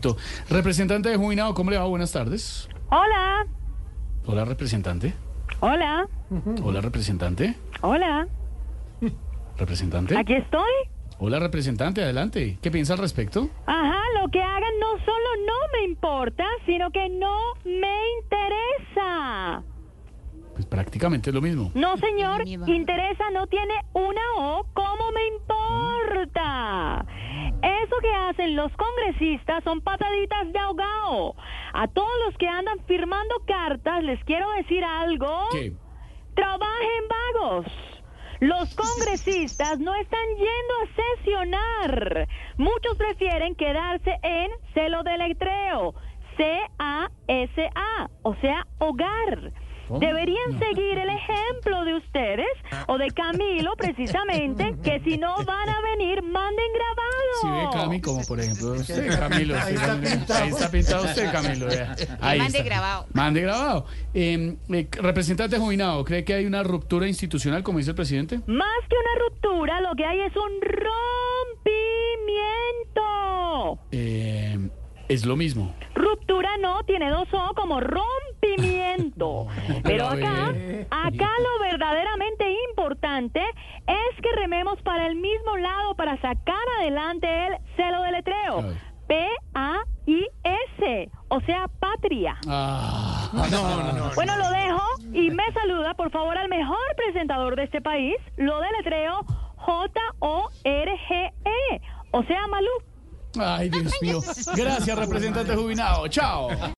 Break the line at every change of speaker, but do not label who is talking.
Perfecto. Representante de Jubilado, ¿cómo le va? Buenas tardes.
Hola,
Hola, representante.
hola,
Hola, representante.
hola.
Representante.
Aquí estoy.
Hola, representante, adelante. ¿Qué piensa al respecto?
Ajá, lo que hagan no solo no me importa, sino que no me interesa.
Pues prácticamente es lo mismo.
No, señor, interesa no tiene una O, ¿cómo me importa? Eso que hacen los congresistas son pataditas de ahogado. A todos los que andan firmando cartas les quiero decir algo.
¿Qué?
Trabajen vagos. Los congresistas no están yendo a sesionar. Muchos prefieren quedarse en se lo deletreo. C-A-S-A, o sea, hogar.
¿Cómo?
Deberían
No.
seguir el ejemplo de ustedes o de Camilo, precisamente, que si no van a venir, manden
Si ve
grabado.
Cami, como por ejemplo usted, Camilo. usted, Camilo. ahí está pintado usted, Camilo. vea. Ahí
Mande
está.
grabado.
Mande grabado. Eh, eh, representante jubilado, ¿cree que hay una ruptura institucional, como dice el presidente?
Más que una ruptura, lo que hay es un rompimiento.
Eh, es lo mismo.
Ruptura no, tiene dos O como rompimiento. Pero
a
acá,
ver.
acá lo verdaderamente importante es que rememos para el mismo lado para sacar adelante el celo de
A
letreo.
ver.
P-A-I-S, o sea, patria.
Ah,
Bueno, lo dejo y me saluda, por favor, al mejor presentador de este país, lo de letreo J-O-R-G-E, E. o sea, Malú.
ay, Dios mío. Gracias, representante jubilado. Chao.